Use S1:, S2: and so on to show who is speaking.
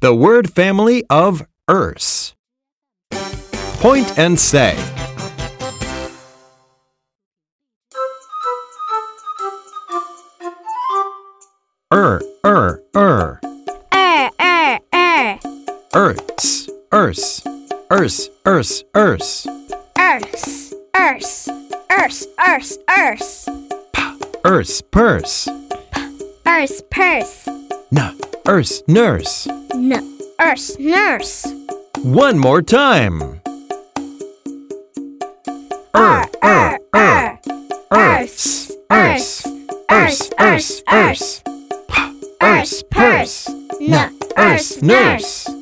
S1: the word family of ers. Point and say. Er, er, er,
S2: 二二二
S1: erts, ers, ers, ers, ers,
S2: Earth, Earth, Earth, Earth, Earth,
S1: ers, purse,
S2: Earth, Perth,
S1: n, ers, nurse.
S2: N, Earth, Nurse,
S1: One more time.
S2: Er, er, er,
S1: Earths, earths, earths, earths, earths. Earths, purse,
S2: N,
S1: earths, nurse.